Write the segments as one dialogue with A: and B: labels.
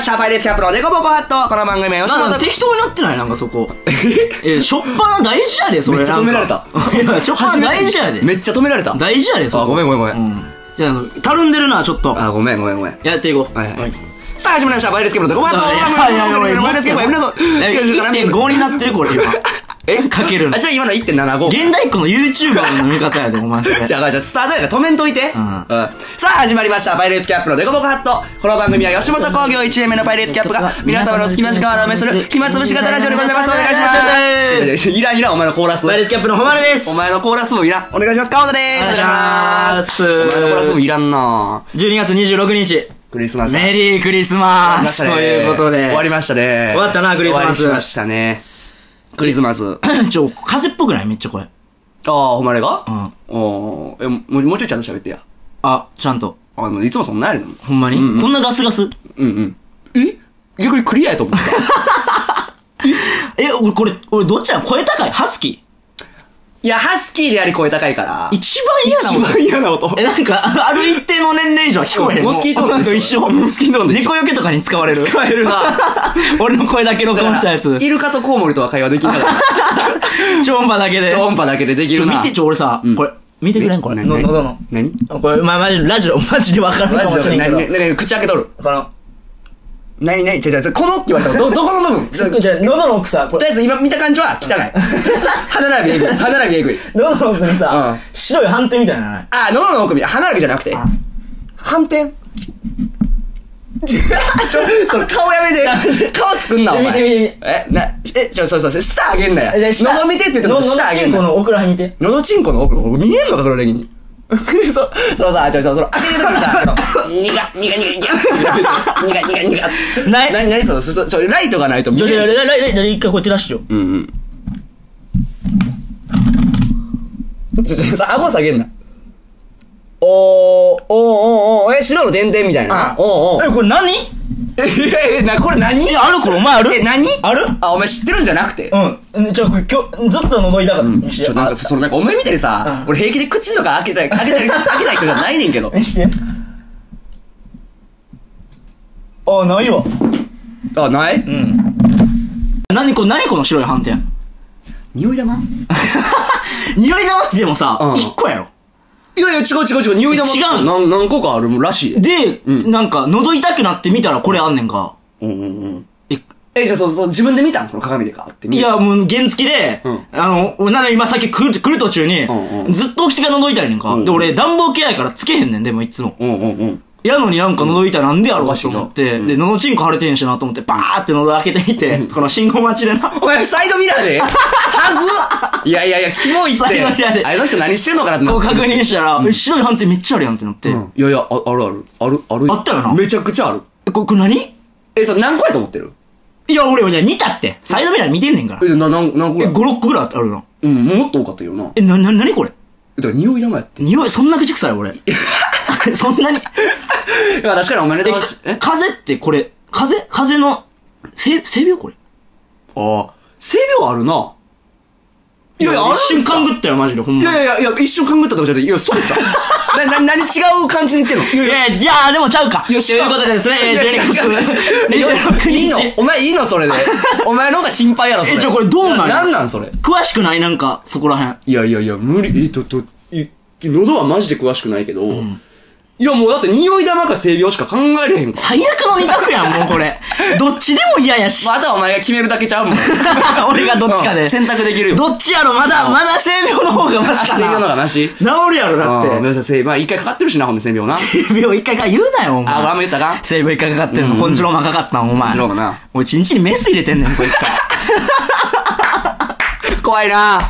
A: シャーパイレースキャップのデコボコハット。この番組は吉
B: なん
A: 本
B: か
A: と
B: 適当になってないなんかそこ。え、しょっぱな大事やで、それ。
A: めっちゃ止められた
B: なん かいや、しょっぱな大事やで。
A: めっちゃ止められた。
B: 大事やで、そこ。
A: あごめんごめんごめん
B: うん。じゃああの、たるんでるな、ちょっと。
A: あ、ごめんごめんごめん。
B: やっていこう。
A: はいはい。さあ、始まりました。バイレスキャップのデコボコハット。
B: いやいやいやいや
A: バイレスキャップのデコボコハット
B: いや
A: 皆さん違う違う
B: 1.5になってる、これ今。
A: え
B: かけるの
A: あ、じゃあ今の1.75。
B: 現代っ子の YouTuber の見方やで、お前それ。
A: じゃあ、じゃあスタートやから止めんといて。
B: ん
A: さあ、始まりました。パイレーツキャップのデコボコハット。この番組は吉本興業1年目のパイレーツキャップが皆様の隙間時間を埋めする暇つぶし型ラジオでございます。お願いします。いやいやいらんいらん、お前のコーラス。
B: バイレスキャップの誉れです
A: お前のコーラスもいらん。お願いします。カオタです。
B: お願いします
A: お願いしまお前のコーラスもいらんな
B: 12月26日。
A: クリスマス。
B: メ
A: リ
B: リークリスマスということで。
A: 終わりましたね。
B: 終わったなクリスマス
A: 終わりましたね。クリスマス。あ
B: ちょ、風邪っぽくないめっちゃこれ。
A: あ、お前が
B: うん。
A: おーえ、もうもうちょいちゃんと喋ってや。
B: あ、ちゃんと。
A: あの、いつもそんなんやでも。
B: ほんまに、こんなガスガ
A: う
B: ス。
A: んうん。え逆にクリアやと思 った。
B: え、俺これ、俺どっちやん声高いハスキ
A: いや、ハスキーであり声高いから
B: ー。一番嫌な音。
A: 嫌な音。
B: え、なんか、あのある一定の年齢以上は聞こえへん。
A: モスキートーン
B: ン
A: でしょ
B: と一緒。
A: モスキートーンでしょ
B: 猫よけとかに使われる。
A: 使えるな
B: 俺の声だけ録音したやつ。
A: イルカとコウモリとは会話で きなかった。
B: 超音波だけで。
A: 超音波だけででき
B: ちょ、
A: る
B: 見
A: な。
B: て、ちょ、俺さ、
A: うん
B: これ、見てくれんこれ。
A: な
B: の
A: な
B: 喉の。
A: 何
B: これ、まあ、マジ、ラジオ、マジでわからん
A: マ
B: かも
A: ジ
B: し
A: で
B: れんけど。
A: 何何口開けとる。
B: この、
A: 何何違う違う。このって言われたのど、どこの部分
B: す
A: と
B: じゃあ喉の奥さ、これ
A: り、あえず今見た感じ は汚い。歯並びえぐい。歯並びえぐい。
B: 喉の奥に
A: う
B: さ
A: ん、
B: 白い斑点みたいなのない。
A: あ、喉の奥見、歯並びじゃなくて。反転。 ちょ、その顔やめ て。顔作んな、お前。
B: 見て見て
A: え、な、え、ちょ、そうそうそう、舌あげんなよ。喉見てって言っても舌あげんな
B: こ
A: よ。
B: の奥らへん見て。
A: 喉チンコの奥、見えんのか、そのレギに。 そ、そのさ、ちょ、ちょ、その、開けてる時にさ、あの、 にが、にが、にが、にが、にが、にが、にが。
B: な い
A: なに、なに、その、そそ、ちょ、ライトがないと見
B: ちょ、
A: え
B: ちょ、ちょ、
A: ん。
B: ライライ一回こうやって出してよ。
A: うんうん。ちょ、ちょ、さ、顎下げんな。おー、おー、おー、おー、え、白の点々みたいな。おー、おー。
B: え、これ何
A: え、え、な、これ何
B: え、あるこれ、お前ある
A: え、何
B: ある
A: あ、お前知ってるんじゃなくて。
B: うん。ちょ、これ今日、ずっと喉痛かった。
A: ちょ、なんか、その、なんか、お前みたいにさ、俺平気で口の中開けたり、開け たり、開けたり人じゃないねんけど。
B: 見して。あ、ないわ。
A: あ、ない
B: うん。何こ、何この白い斑 点。
A: 匂い玉
B: 匂い玉ってでもさ
A: う、ん
B: 一個やろ。
A: いやいや、違う違う違う、匂い玉。
B: 違う
A: なん何個かあるらしいで。
B: で、なんか、喉痛くなってみたらこれあんねんか。
A: うんうんうん。
B: え、
A: え、じゃあ、そうそう、自分で見たんこの鏡でかって見
B: い
A: る、
B: や、もう、原付で、
A: ん
B: あの、俺なら今さっき来る、来る途中に、
A: んうん
B: ずっと起きてから喉痛いねんか。
A: うん
B: で、俺、暖房嫌いからつけへんねん、でもいつも。
A: うんうんうん。
B: やのになんか喉痛いなんでやろうと思って、
A: うん
B: で、喉チンコ腫れてんしなと思って、バーって喉開けてみて、この信号待ちでな。
A: お前、サイドミラーではずっいやいやいや、キモいって。
B: サイドミラーで
A: あれの人何してんのかなってな
B: こう
A: って
B: 確認したら、え白い斑点めっちゃあるやんってなって。
A: うんいやいや、ああるある。ある、ある。
B: あったよな
A: めちゃくちゃある。
B: え、ここれ何
A: え、それ何個やと思ってる
B: いや、俺、いや、見たって。サイドミラー見てんねんから。
A: え、な、なん何個
B: え、
A: や
B: 5、6個ぐらいあるな。
A: うん、もっと多かったよな。
B: え、な、な、なにこれ
A: えだから匂い玉やって。
B: 匂い、そんな口臭い、俺。 そんなに。
A: いや、確かにお前ネタはし、
B: え、風邪ってこれ、風邪、風邪の、せ、性病これ。
A: ああ、性病あるな。いやいや、ある
B: 一瞬勘ぐったよ、マジで、ほん
A: い
B: ま。
A: やいやいや、一瞬勘ぐったとかじゃなくて、いや、そうじゃん。 な、な、何違う感じに言ってんのい
B: いやいや、いやでもちゃうか。
A: いや
B: ということでですね、えー、
A: 違う
B: 16
A: 違う違う
B: 日。
A: いいの
B: 26日。
A: お前いいのそれで。お前の方が心配やろ、それ。
B: えじゃあこれどうなんや
A: なんなんそれ。
B: 詳しくないなんか、そこらへん。
A: いやいやいや、無理、えっと、と、い喉はマジで詳しくないけど、いやもうだって匂い玉か性病しか考えれへんから。
B: 最悪の二択やん、もう これ。どっちでも嫌やし
A: ま。あ、あとはお前が決めるだけちゃうもん。
B: 俺がどっちか
A: う
B: で。
A: ん選択できるよ。
B: どっちやろ、まだ、まだ性病の方がマシか
A: 性病の方
B: な。
A: がなし
B: 治るやろ、だ
A: うん
B: っ
A: 皆さん、性、まあ一回かかってるしな、ほんで性病な。
B: て。性病一回か言うなよ、お前。
A: あ、あんま言ったらあかん
B: セーブ一回かかってんの、本次郎マかかったん、お前。
A: 本次郎がな。
B: 俺、一日にメス入れてんねん、そいつから。
A: 怖いな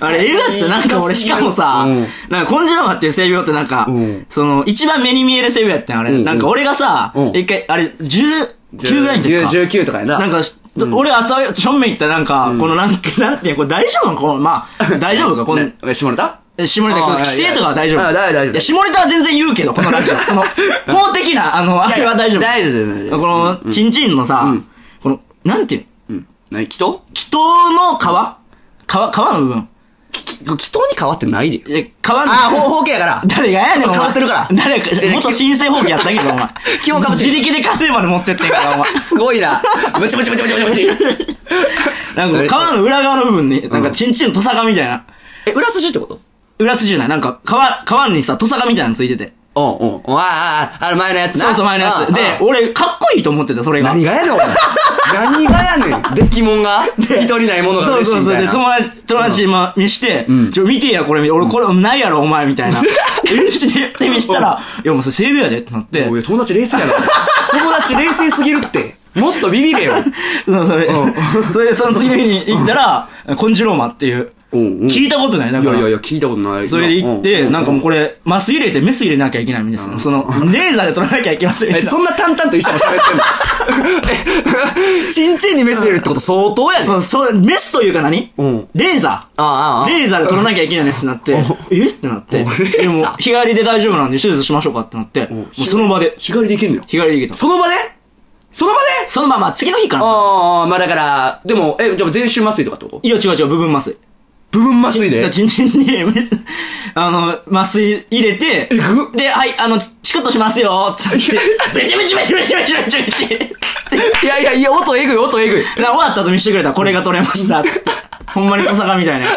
B: あれ、映画ってなんか俺、しかもさ、
A: うん
B: なんか、コンジュラマっていう性病ってなんか、
A: うん
B: その、一番目に見える性病やってん、あれ。
A: うんうん
B: なんか俺がさ、
A: うん
B: 一回、あれ、19ぐらいの時か。
A: 19とかやな。
B: なんか、俺朝、正面行ったらなんか、このなん か、なんていうのこれ大丈夫なのこの、まあ、大丈夫かこの、
A: ね、下ネタ
B: え下ネタ、
A: あ
B: こ
A: ー
B: の規制とかは大丈夫。
A: いやいやあー大丈夫大丈夫
B: いや、下ネタは全然言うけど、このラジ オ。その、法的な、あの、あれは大丈夫。
A: 大丈夫大丈夫
B: この、チンチンのさ
A: ん、
B: この、なんていうの
A: うん。何、祈祷
B: 祈祷の皮皮皮の部分。
A: き祈祷に変わってないでよ。
B: え、変わんない。
A: ああ、ほう、ほうけやから。
B: 誰がやねん、お前
A: 変わってるから
B: 誰か、元新生放棄やったけど、お前。
A: 基本被ってる
B: 自力で稼いまで持ってってんから、お前。
A: すごいな。むちむちむちむちむちむち。
B: なんか、皮の裏側の部分に、なんか、チンチンのトサカみたいな。
A: え、裏筋ってこと
B: 裏筋じゃない、なんか、皮、皮にさ、トサカみたいなのついてて。
A: うんうん。ああ、ああの前のやつな。
B: そうそう、前のや
A: うん
B: つ。で、俺、かっこいいと思ってた、それが。
A: 何がやねん、お前。何がやねん。デッキモンが一人ないものが
B: そう
A: 嬉しい
B: そう
A: み
B: そう。
A: たい
B: で、
A: な。
B: 友達、友達ま見して、ちょ、見てや、これ見て。俺、これ、ないやろ、お前、み たいな。えって言って見したら、いや、もうそれ、セーブやで、ってなって。
A: おい友達冷静やな。友達冷静すぎるって。もっとビビれよ。
B: そう、それ。それで、その次の日に行ったら、コンジローマっていう。
A: うんうん
B: 聞いたことない、だ
A: い
B: か
A: や
B: ら。
A: いやいや、聞いたことない。
B: それで行って、なんかもう
A: こ
B: これ、マス入れてメス入れなきゃいけないんですよ。その、レーザーで取らなきゃいけませんみ
A: れ。
B: た
A: え、
B: いな。
A: そんな淡々と医者も喋ってんのえ、チンチンにメス入れるってこと相当やで。
B: そう、そう、メスというか何
A: うん
B: レーザー。
A: ああああ
B: レーザーで取らなきゃいけないですってなって、えってなって、でも、日帰りで大丈夫なんで手術しましょうかってなって、もうその場で、
A: 日帰りできんのよ。
B: 日帰りで行けた。
A: その場でその場で
B: そのまま、次の日かな
A: ああ、まあだから、でも、え、じゃあ全身麻酔とかってこと
B: いや、違う違う、部分麻酔。
A: 部分麻酔
B: だから
A: で
B: チンチンに、メスあの、麻酔入れて、
A: えぐ
B: で、はい、あの、チクッとしますよって言って、ビチビチビチビチビチビチビチって。
A: いやいやいや、音えぐい、音えぐい。
B: な終わった後見せてくれたらこれが取れましたっつって。ほんまに小坂みたいなや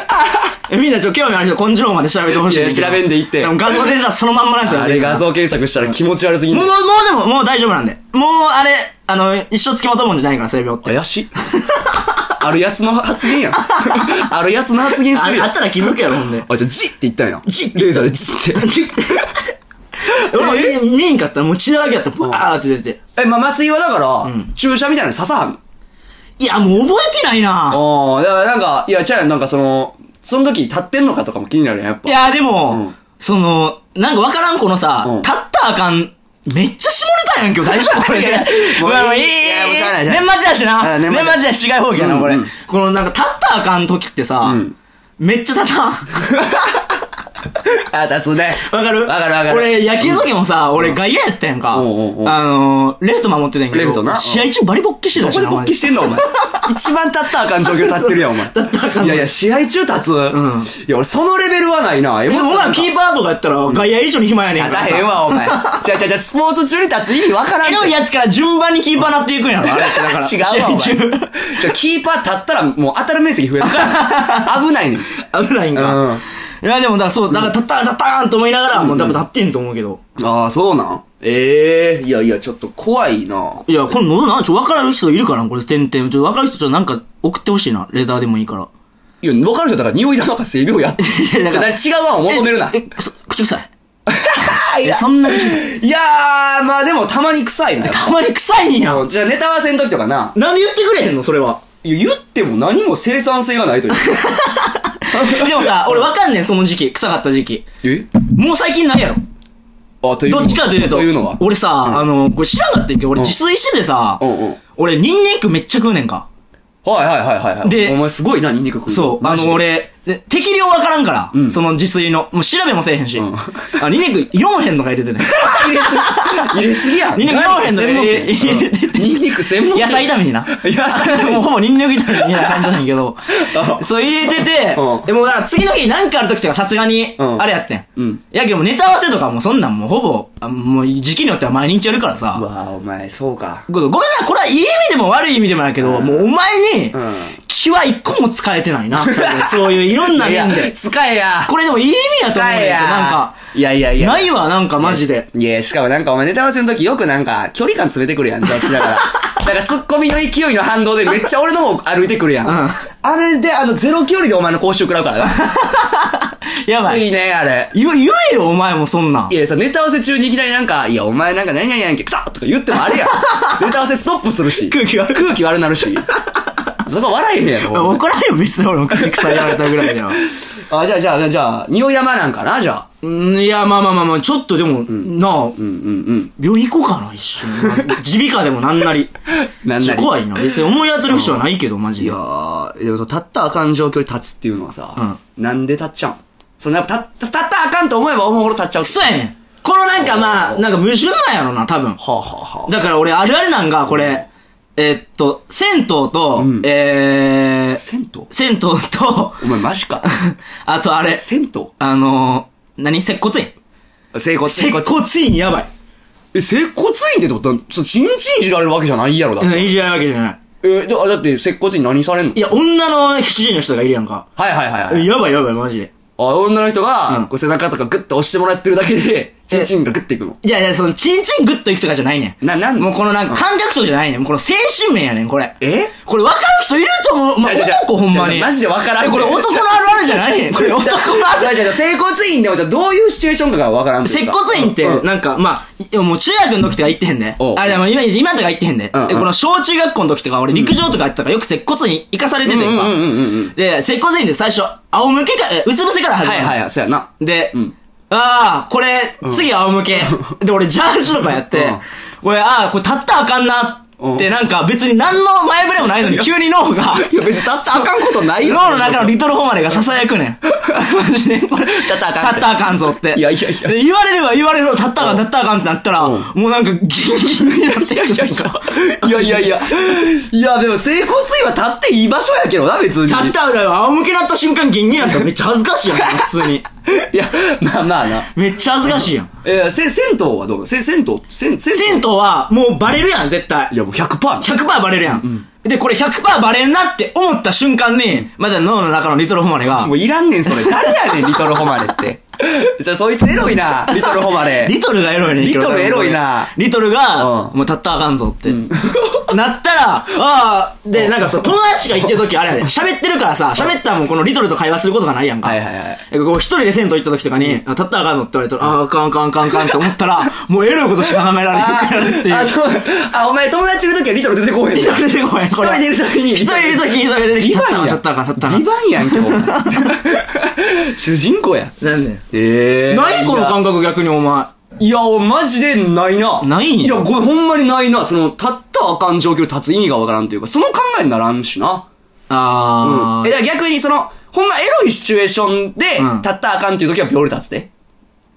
B: つ。えみんなちょ、興味ある人、根性まで調べてほしいんだけど。
A: いや調べんでいいって
B: も画像出たらそのまんまなんですよ。
A: あれ画
B: も
A: 像検索したら気持ち悪すぎん
B: う、
A: だ
B: もう
A: よ
B: でも、もう大丈夫なんで。もう、あれ、あの、一生つきまとうもんじゃないから、性病って。
A: 怪しい。あるやつの発言 やん。あるやつの発言し
B: あ
A: てる
B: れ、
A: や
B: あ
A: ん
B: っ。たら気づくやろ、ほ んで。
A: あ、じゃあ、ジって言ったんや。
B: ジって
A: レーザーでジって。
B: 俺も見えんかったら、もう血だらけやったら、ブワーって出て。
A: え、まあ、麻酔はだから、注射みたいなの刺さはんの
B: いや、もう覚えてないな
A: ああ、だからなんか、いや、ちゃうやん、なんかその、その時立ってんのかとかも気になるやん、やっぱ
B: い。や、で
A: うん
B: も、その、なんかわからんこのさ
A: うん、
B: 立ったらあかん、めっちゃ下ネタや ん、今日大丈夫これ
A: い
B: で
A: やいや。も
B: も
A: うい
B: う
A: い
B: もういい
A: いやもうしゃあないしゃあない
B: 年末やし
A: あ
B: な。
A: 年末
B: 年
A: や
B: 末やし、違い放棄や
A: う
B: な、
A: ん
B: これ
A: うん。
B: このなんか立ったらあかん時ってさ
A: ん、
B: めっちゃ立たん。
A: あ、立つね。
B: わかる
A: わかるわかる
B: 俺、野球の時もさ、俺外野やったやんか。あ
A: おうおうおう
B: のー、レフト守ってたんやけど。
A: レフトな
B: 試合中バリ勃起して
A: ど
B: たし
A: こ
B: な
A: で勃起してんの、お 前。一番立ったらあかん状況立ってるやん、お前。
B: 立ったらあかん
A: いやいや、試合中立つ。
B: ん
A: いや、俺そのレベルはないな。え、
B: え
A: も
B: お前キ
A: 立
B: ーパーとかやったら外野以上に暇やねんから
A: た
B: さ。
A: へんわ、お前。じゃあじゃあじゃあスポーツ中に立つ意味わからん
B: え
A: て
B: のやつから順番にキーパーなっていくんやろ、あれってだ から。
A: 違うわ、お前。
B: 試合中。
A: じゃあキーパー立ったらもう当たる面積増える。 危ないねん。
B: 危ないん
A: うん
B: か。いや、でも、だからそう、だから、たったーんたったーんと思いながら、もう多分立ってんと思うけど。
A: ああ、そうなんええいやいや、ちょっと怖いない
B: や、この喉なん、ちょ、分かる人いるからこれ、点々。ちょ、分かる人、ちょ、なんか、送ってほしいな。レターでもい いから。
A: いや、わかる人だから匂い玉か性病 やって。じゃ
B: や
A: あ、
B: だ
A: だか
B: か
A: らら違う案を求めるな。
B: え、えそ口 臭い。え、そんな口臭い。
A: いやー、まあでもたまに臭いな。
B: たまに臭いんや。
A: じゃあネタ合わせの時とかな。
B: なんで言ってくれへんの、それは。
A: いや言っても何も生産性がないというか。
B: でもさ、俺分かんねん、その時期。臭かった時期。
A: え
B: もう最近ないやろ。
A: あ、というの
B: ど
A: は
B: っちかというと。
A: というのは。
B: 俺さ、あの、これ知らんかったけど、俺自炊しててさ
A: うんうん、
B: 俺、ニンニクめっちゃ食うねんか。
A: はいはいはいはいはい。
B: で
A: お前すごいな、ニンニク食うの
B: そう、あ
A: マジで
B: の、俺、で適量わからんから、
A: ん
B: その自炊の。もう調べもせえへんし。
A: うん
B: あ、ニンニク4編とか入れてね。
A: 入れす ぎ。入れすぎやん。
B: ニンニク
A: 何
B: 両辺の
A: 専門店
B: 入れ入れてて
A: うんニンニク専門店。
B: 野菜炒めにな。
A: 野菜炒め
B: もうほぼニンニク炒めみたいな感じなんやけ ど
A: う。ん
B: そう入れてて
A: うん、
B: でもだから次の日なんかある時とかさすがに、
A: うん
B: あれやってん。
A: うん
B: やけどもうネタ合わせとかもそんなんもうほぼ、あもう時期によっては毎日やるから
A: う
B: さ。
A: わーお前、そうか。
B: ごめんな、これはいい意味でも悪い意味でもないけど、もうお前に
A: うん、
B: 気は一個も使えてな いな。そういういろんない
A: や
B: 面
A: いや
B: で。
A: 使えや。
B: これでもいい意味やと思う
A: 使
B: んだ
A: え
B: けど、
A: や。
B: なんか、
A: いやいやいや。
B: ないわ、なんかマジで。
A: いや、しかもなんかお前ネタ合わせの時よくなんか距離感詰めてくるやん、雑誌 だから。なんかツッコミの勢いの反動でめっちゃ俺の方歩いてくるやん。
B: ん
A: あれで、あの、ゼロ距離でお前の講習食らうからな。
B: やば
A: つい
B: い。
A: ね、あれ。
B: 言言えよ、お前もそんなん
A: い。や、さ、ネタ合わせ中にいきなりなんか、いや、お前なんか何々やんけ、くたとか言ってもあれやん。ネタ合わせストップするし。
B: 空気悪く。
A: 空気悪なるし。そこ笑えへんやろ。
B: 怒られるよ、別に俺も口臭いやられたぐらいでは。
A: あ、じゃあ、じゃあ、じゃあ、匂い玉なんかな、じゃあ。
B: うんいや、まあまあまあまあ、ちょっとでも、なあ、
A: うんうん
B: 病院行こうかな、一 緒に。耳鼻科でもなんなり。
A: なんなり
B: 怖いな。別に思い当たる節はないけど、マジ
A: うん。い
B: で
A: や。ー、でも立ったらあかん状況で立つっていうのはさ、なんで立っちゃうんそのやっぱ立立ったらあかんと思えば思うほど立っちゃう。
B: そうやねん。このなんかまあ、なんか矛盾なんやろな、多分。
A: はあはあは
B: だから俺、あるあるなんが、これ、えーっと、銭湯と、
A: うん
B: えー、
A: 銭湯
B: 銭湯と、
A: お前マジか。
B: あとあれ、
A: 銭湯
B: あのー、何接骨院。
A: 整骨
B: 接
A: 整骨。
B: 骨院やばい。
A: え、整骨院ってことは、そちんちんいじられるわけじゃないやろだ。
B: うん、いじられるわけじゃない。
A: え、であだって接骨院何されんの
B: いや、女の主人の人がいるやんか。
A: はいはいはいはい。
B: やばいやばい、マジで。
A: あ、女の人
B: うん
A: が、こう背中とかグッと押してもらってるだけで、ちんちんがグッていくの。
B: いやいや、その、チンチングッといくとかじゃないねん。
A: ななん
B: もうこのなん
A: う
B: か、
A: ん
B: 感覚層じゃないねん。もうこの精神面やねん、これ。
A: え
B: これ分かる人いると思う。まあ、
A: じゃあじゃあ
B: 男ほんま
A: じゃ
B: に。
A: あマジで分からん
B: いやこれ男のあるあるじゃないねん。これ男のあるある。
A: じゃあじゃあ整骨院でもじゃあどういうシチュエーションかがわからんとい
B: 接
A: うか
B: 骨院って
A: うん、
B: なんか、まあ、いやもう中学の時とか行ってへんで。
A: おう
B: あ、でも今、今とか行ってへんで。で、
A: うんうん
B: この小中学校の時とか俺陸上とか行ってたからよく接骨院行かされててんか
A: うんうんうんうんう
B: で、接骨院で最初、仰向けか、えうつ伏せから始ま
A: は
B: る。
A: いはいはい、そうやな。
B: で、
A: うん
B: ああ、これ、次仰 向け。で、俺、ジャージとかやって、
A: うん
B: これ、ああ、これ立ったらあかんなって、
A: うん
B: なんか別に何の前触れもないのに、急に脳が、
A: いや別に立ったらあかんことないよ
B: 脳の中のリトルホマレが囁くね ん。マジで、これ、立
A: ったらあかんって
B: ったらあかんぞって。
A: いやいやいや
B: で言われれば言われるほど立ったらあかん、立ったらあかんってなったら、
A: うん
B: もうなんかギンギンになって
A: いやいや、いやいやいや、いやでも整骨院は立っていい場所やけどな、別に。
B: 立ったら、仰向けになった瞬間ギンギンになったらめっちゃ恥ずかしいやん、普通に。
A: いや、まあまあな。
B: めっちゃ恥ずかしいやん。
A: えー、せ、銭湯はどうかせ、銭湯、せ、銭湯
B: 銭湯は、もうバレるやん、絶対
A: い。やもう100%な。
B: 100%バレるやん。で、これ100%バレんなって思った瞬間に、まだ脳の中のリトルホマレが
A: も、ういらんねん、それ。誰やねん、リトルホマレって。じゃあ、そいつエロいな、リトルホマレ。
B: リトルがエロいね
A: リトルエロいな
B: リトルが、
A: うん
B: もう立ったらあかんぞって。 なったら、ああ、で、なんかさ、友達が行ってる時あれやね喋ってるからさ、喋ったらもうこのリトルと会話することがないやんか。
A: はいはいはい。
B: えこう一人で銭湯行った時とかに、立ったらあかんのって言われたら、ああ、あかんあかんあかんあかんって思った ら、もうエロいことしか考えられなくなるっていう
A: あ、。そう。あ、お前友達いるときはリトル出てこうへん
B: 一
A: の。
B: 人でごめん、これ。
A: 一人でいる時に
B: 一人でいる時にそれ出てき
A: ビ
B: た。立った
A: バンやん。
B: らあかん、立ったらあかん、立ったらあかん
A: ビバンやんけ、お前主人公やん。
B: なんで
A: ええー。
B: 何この
A: 感
B: 感覚逆にお前。
A: いや、おマジでないな。
B: ないん
A: い
B: や
A: や、ごめん、ほんまにないな。その、立ったらあかん状況立つ意味がわからんというか、その考えにならんしな。
B: あ
A: え、だから逆にその、ほんまエロいシチュエーションで、
B: うん
A: 立ったらあかんっていう時は秒で立つで。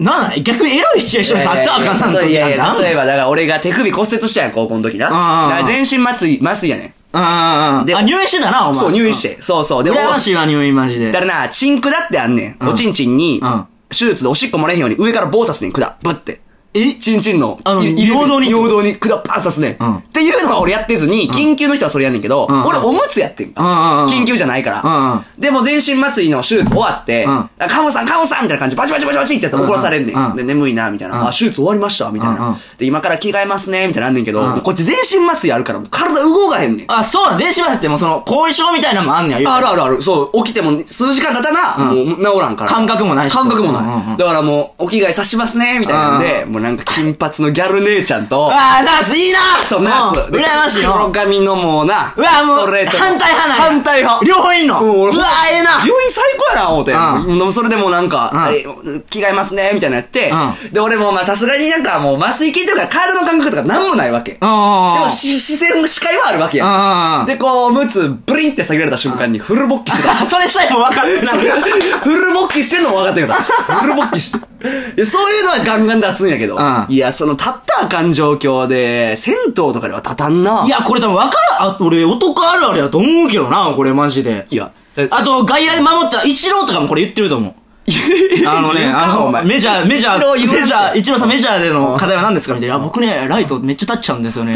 B: ー。なんなん逆にエロいシチュエーションに立ったらあかんなんと
A: いやいや、
B: なん
A: 例えば、だから俺が手首骨折したやん、高校の時な。だ
B: んうんうん
A: から全身麻酔、麻酔やね
B: うんうんうん。
A: で
B: あ、入院してたな、お
A: ん。
B: 前。
A: そう、入院して。そうそう。
B: う
A: で
B: ん。
A: も、
B: 羨ましいわ、入院マジで。
A: だからな、チンクだってあんねん。
B: ん
A: おちんちんに
B: うん、
A: 手術でおしっこ漏れへんように上から棒刺すねん、管。ブって。
B: え
A: ちんちんの、
B: あの
A: い入れ
B: 尿道に
A: 尿道に管パン刺すねん。
B: うん
A: っていうのは俺やってずに、緊急の人はそれやんねんけど、
B: ん
A: 俺おむつやってんか。
B: うんうんうん
A: 緊急じゃないから。
B: うんうん
A: でも全身麻酔の手術終わって、
B: うん
A: あカモさん、カモさんみたいな感じでバチバチバチバチってやったら怒らされんねん。
B: うんうん
A: で、眠いな、みたいな。あ、手術終わりました、みたいな。
B: うんうん
A: で、今から着替えますね、みたいなのあんねんけど、
B: うん
A: もうこっち全身麻酔あるから、もう体動かへんねん。
B: あ、そうだ、電子麻酔ってもうその、後遺症みたいなのもあんねや、言うた
A: あ
B: ら
A: るあるある。そう、起きても数時間経たな、
B: う
A: もう治らんから。
B: 感覚もないし
A: 感覚もない。
B: うんうんうん
A: だからもう、お着替えさしますね、みたいなんで、もうなんか金髪のギャル姉ちゃんと、
B: あー、ナースいいな
A: そう、ナース。
B: うん羨ましい
A: 黒
B: よ。
A: 髪のもうな、
B: うわ、も
A: ス
B: う、
A: トレートの
B: 反対派なんや
A: 反対派。
B: 両方いんの。
A: うん
B: うわ
A: 俺、
B: ええな。
A: 病院最高やな、思うて。
B: う
A: もうそれでもうなんか、
B: ん
A: え着替えますね、みたいなやって
B: う。
A: で、俺もまあさすがになんかもう麻酔効いてるから体の感覚とかなんもないわけ。で
B: うんうんうん。
A: もし視線、視界はあるわけ
B: うん
A: やん。
B: うんうん。
A: で、こう、ムツ、ブリンって下げられた瞬間にフル勃起してた。
B: あそれさえも分かってな
A: そ
B: い
A: れ。フル勃起してんのも分かったけど。フル勃起して。いやそういうのはガンガンで熱いんやけど。
B: うん
A: いや、その立ったらあかん状況で、銭湯とかでは立たんな。
B: い、や、これ多分分からん、あ、俺男あるあるやと思うけどな、これマジで。
A: いや、
B: あと、外野で守った、イチローとかもこれ言ってると思う。あのね、
A: 言うか
B: あ
A: お
B: の、
A: 前
B: メジャー、メジャ
A: イチロー言
B: ー、
A: うな
B: メジャー、イチローさんメジャーでの課題は何ですかみたいな。いや、僕ね、ライトめっちゃ立っちゃうんです よね。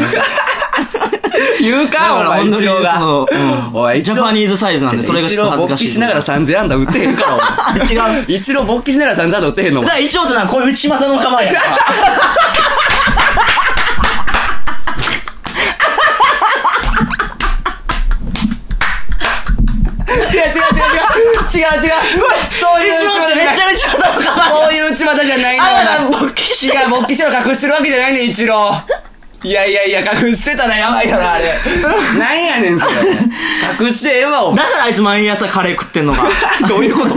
A: 言う
B: だ
A: か、お前、
B: 本当
A: 一
B: に
A: 郎が。
B: そううん
A: おい、
B: ジャパニー
A: ズ。
B: ズサイズなんで、それがちょっと恥ずかしい。
A: 一郎勃起しながら3000安打打ってへんから、お前
B: 違う。
A: 一郎勃起しながら3000安打打ってへんの、お
B: だか
A: 前
B: ら一応ってのはこういう内股の構えや んか。
A: いや、違う違う違う。違う違う。そういう
B: 一応ってめっちゃ内股の構え。
A: こういう内股じゃないの
B: あ
A: よ。
B: だから
A: お前
B: 勃起し
A: 違う、勃起してるの隠してるわけじゃないねん、一郎。いやいやいや、隠してたらやばいよな、あれ。なんやねん、それ。隠してええわ、お前。
B: だからあいつ毎朝カレー食ってんの か。
A: どういうこと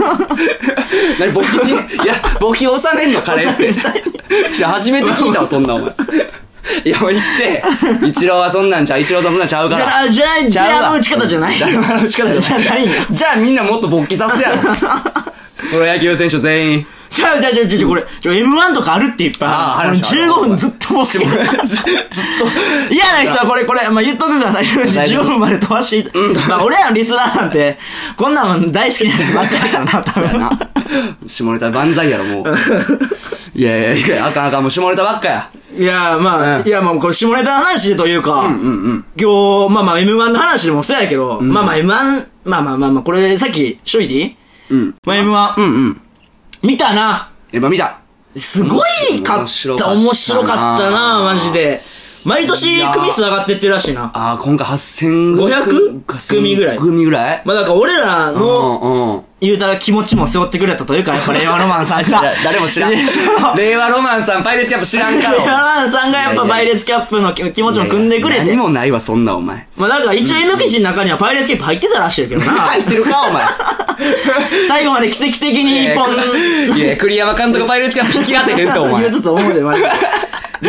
A: 何、勃起ち いや、勃起収めんの、カレーって。 いや初めて聞いたわ、そんな、お前。 いや、もう言って。一郎はそんなんちゃう、一郎さんそんなんちゃうか
B: じゃ
A: ら。
B: あ、じゃあ、じ
A: ちゃうわ
B: ゃあ、打ち方じゃない。
A: じゃあの打ち方じゃない。
B: じゃないんだ
A: じゃあみんなもっと勃起させやろ。プロ野球選手全員。
B: ちゃうちゃうちゃうちゃう、これ、ちょ、M1 とかあるっていっぱい
A: あーあ
B: る
A: りました
B: 15分ずっとボケ
A: 下ネタずずっと
B: 嫌な人はこれ、これ、まあ、言っとくが最初
A: 大
B: に
A: 丈
B: 15
A: 夫
B: 分まで飛ばして、まあ、俺らのリスナーなんて、こんなもん大好きなやつばっかりだな、 多分。
A: 下ネタ万歳やろ、もう。 いやいやいや、あかんあかん、もう下ネタばっかや。
B: いや、まあ、
A: うん
B: いや、まあ、これ、下ネタの話というか、
A: うんうん。
B: 今日、まあまあ M1 の話でもそうやけど、まあまあ M1、まあまあまあまあ、これさっきしといていい
A: うん。
B: まあ
A: う
B: M1、
A: んうん。
B: 見たな。
A: やっぱ見た。
B: すごいか
A: 面
B: っ
A: 白
B: た。
A: かったな
B: 面白かったな、マジで。毎年組数上がってってるらしいな。
A: ああ、今回8000
B: 500
A: 8000
B: 組ぐらい
A: 組ぐらい
B: まあだから俺らの、
A: うんうん。
B: 言うたら気持ちも背負ってくれたというか、やっぱ 令和ロマンさんが。
A: 誰も知らん
B: そう。
A: 令和ロマンさん、パイレーツキャップ知らんか
B: 令和ロ
A: ろ。
B: マンさんがやっぱ倍列キャップの気持ちも組んでくれ
A: 何
B: て。
A: もないわ、そんなお前。
B: まあだから一応 N 記事の中にはパイレーツキャップ入ってたらしいけどな。
A: 入ってるか、お前。
B: 最後まで奇跡的に一本。
A: いや、栗山監督パイレーツキャップ引き当てへんと、お前
B: 言。うと思うで、マジで。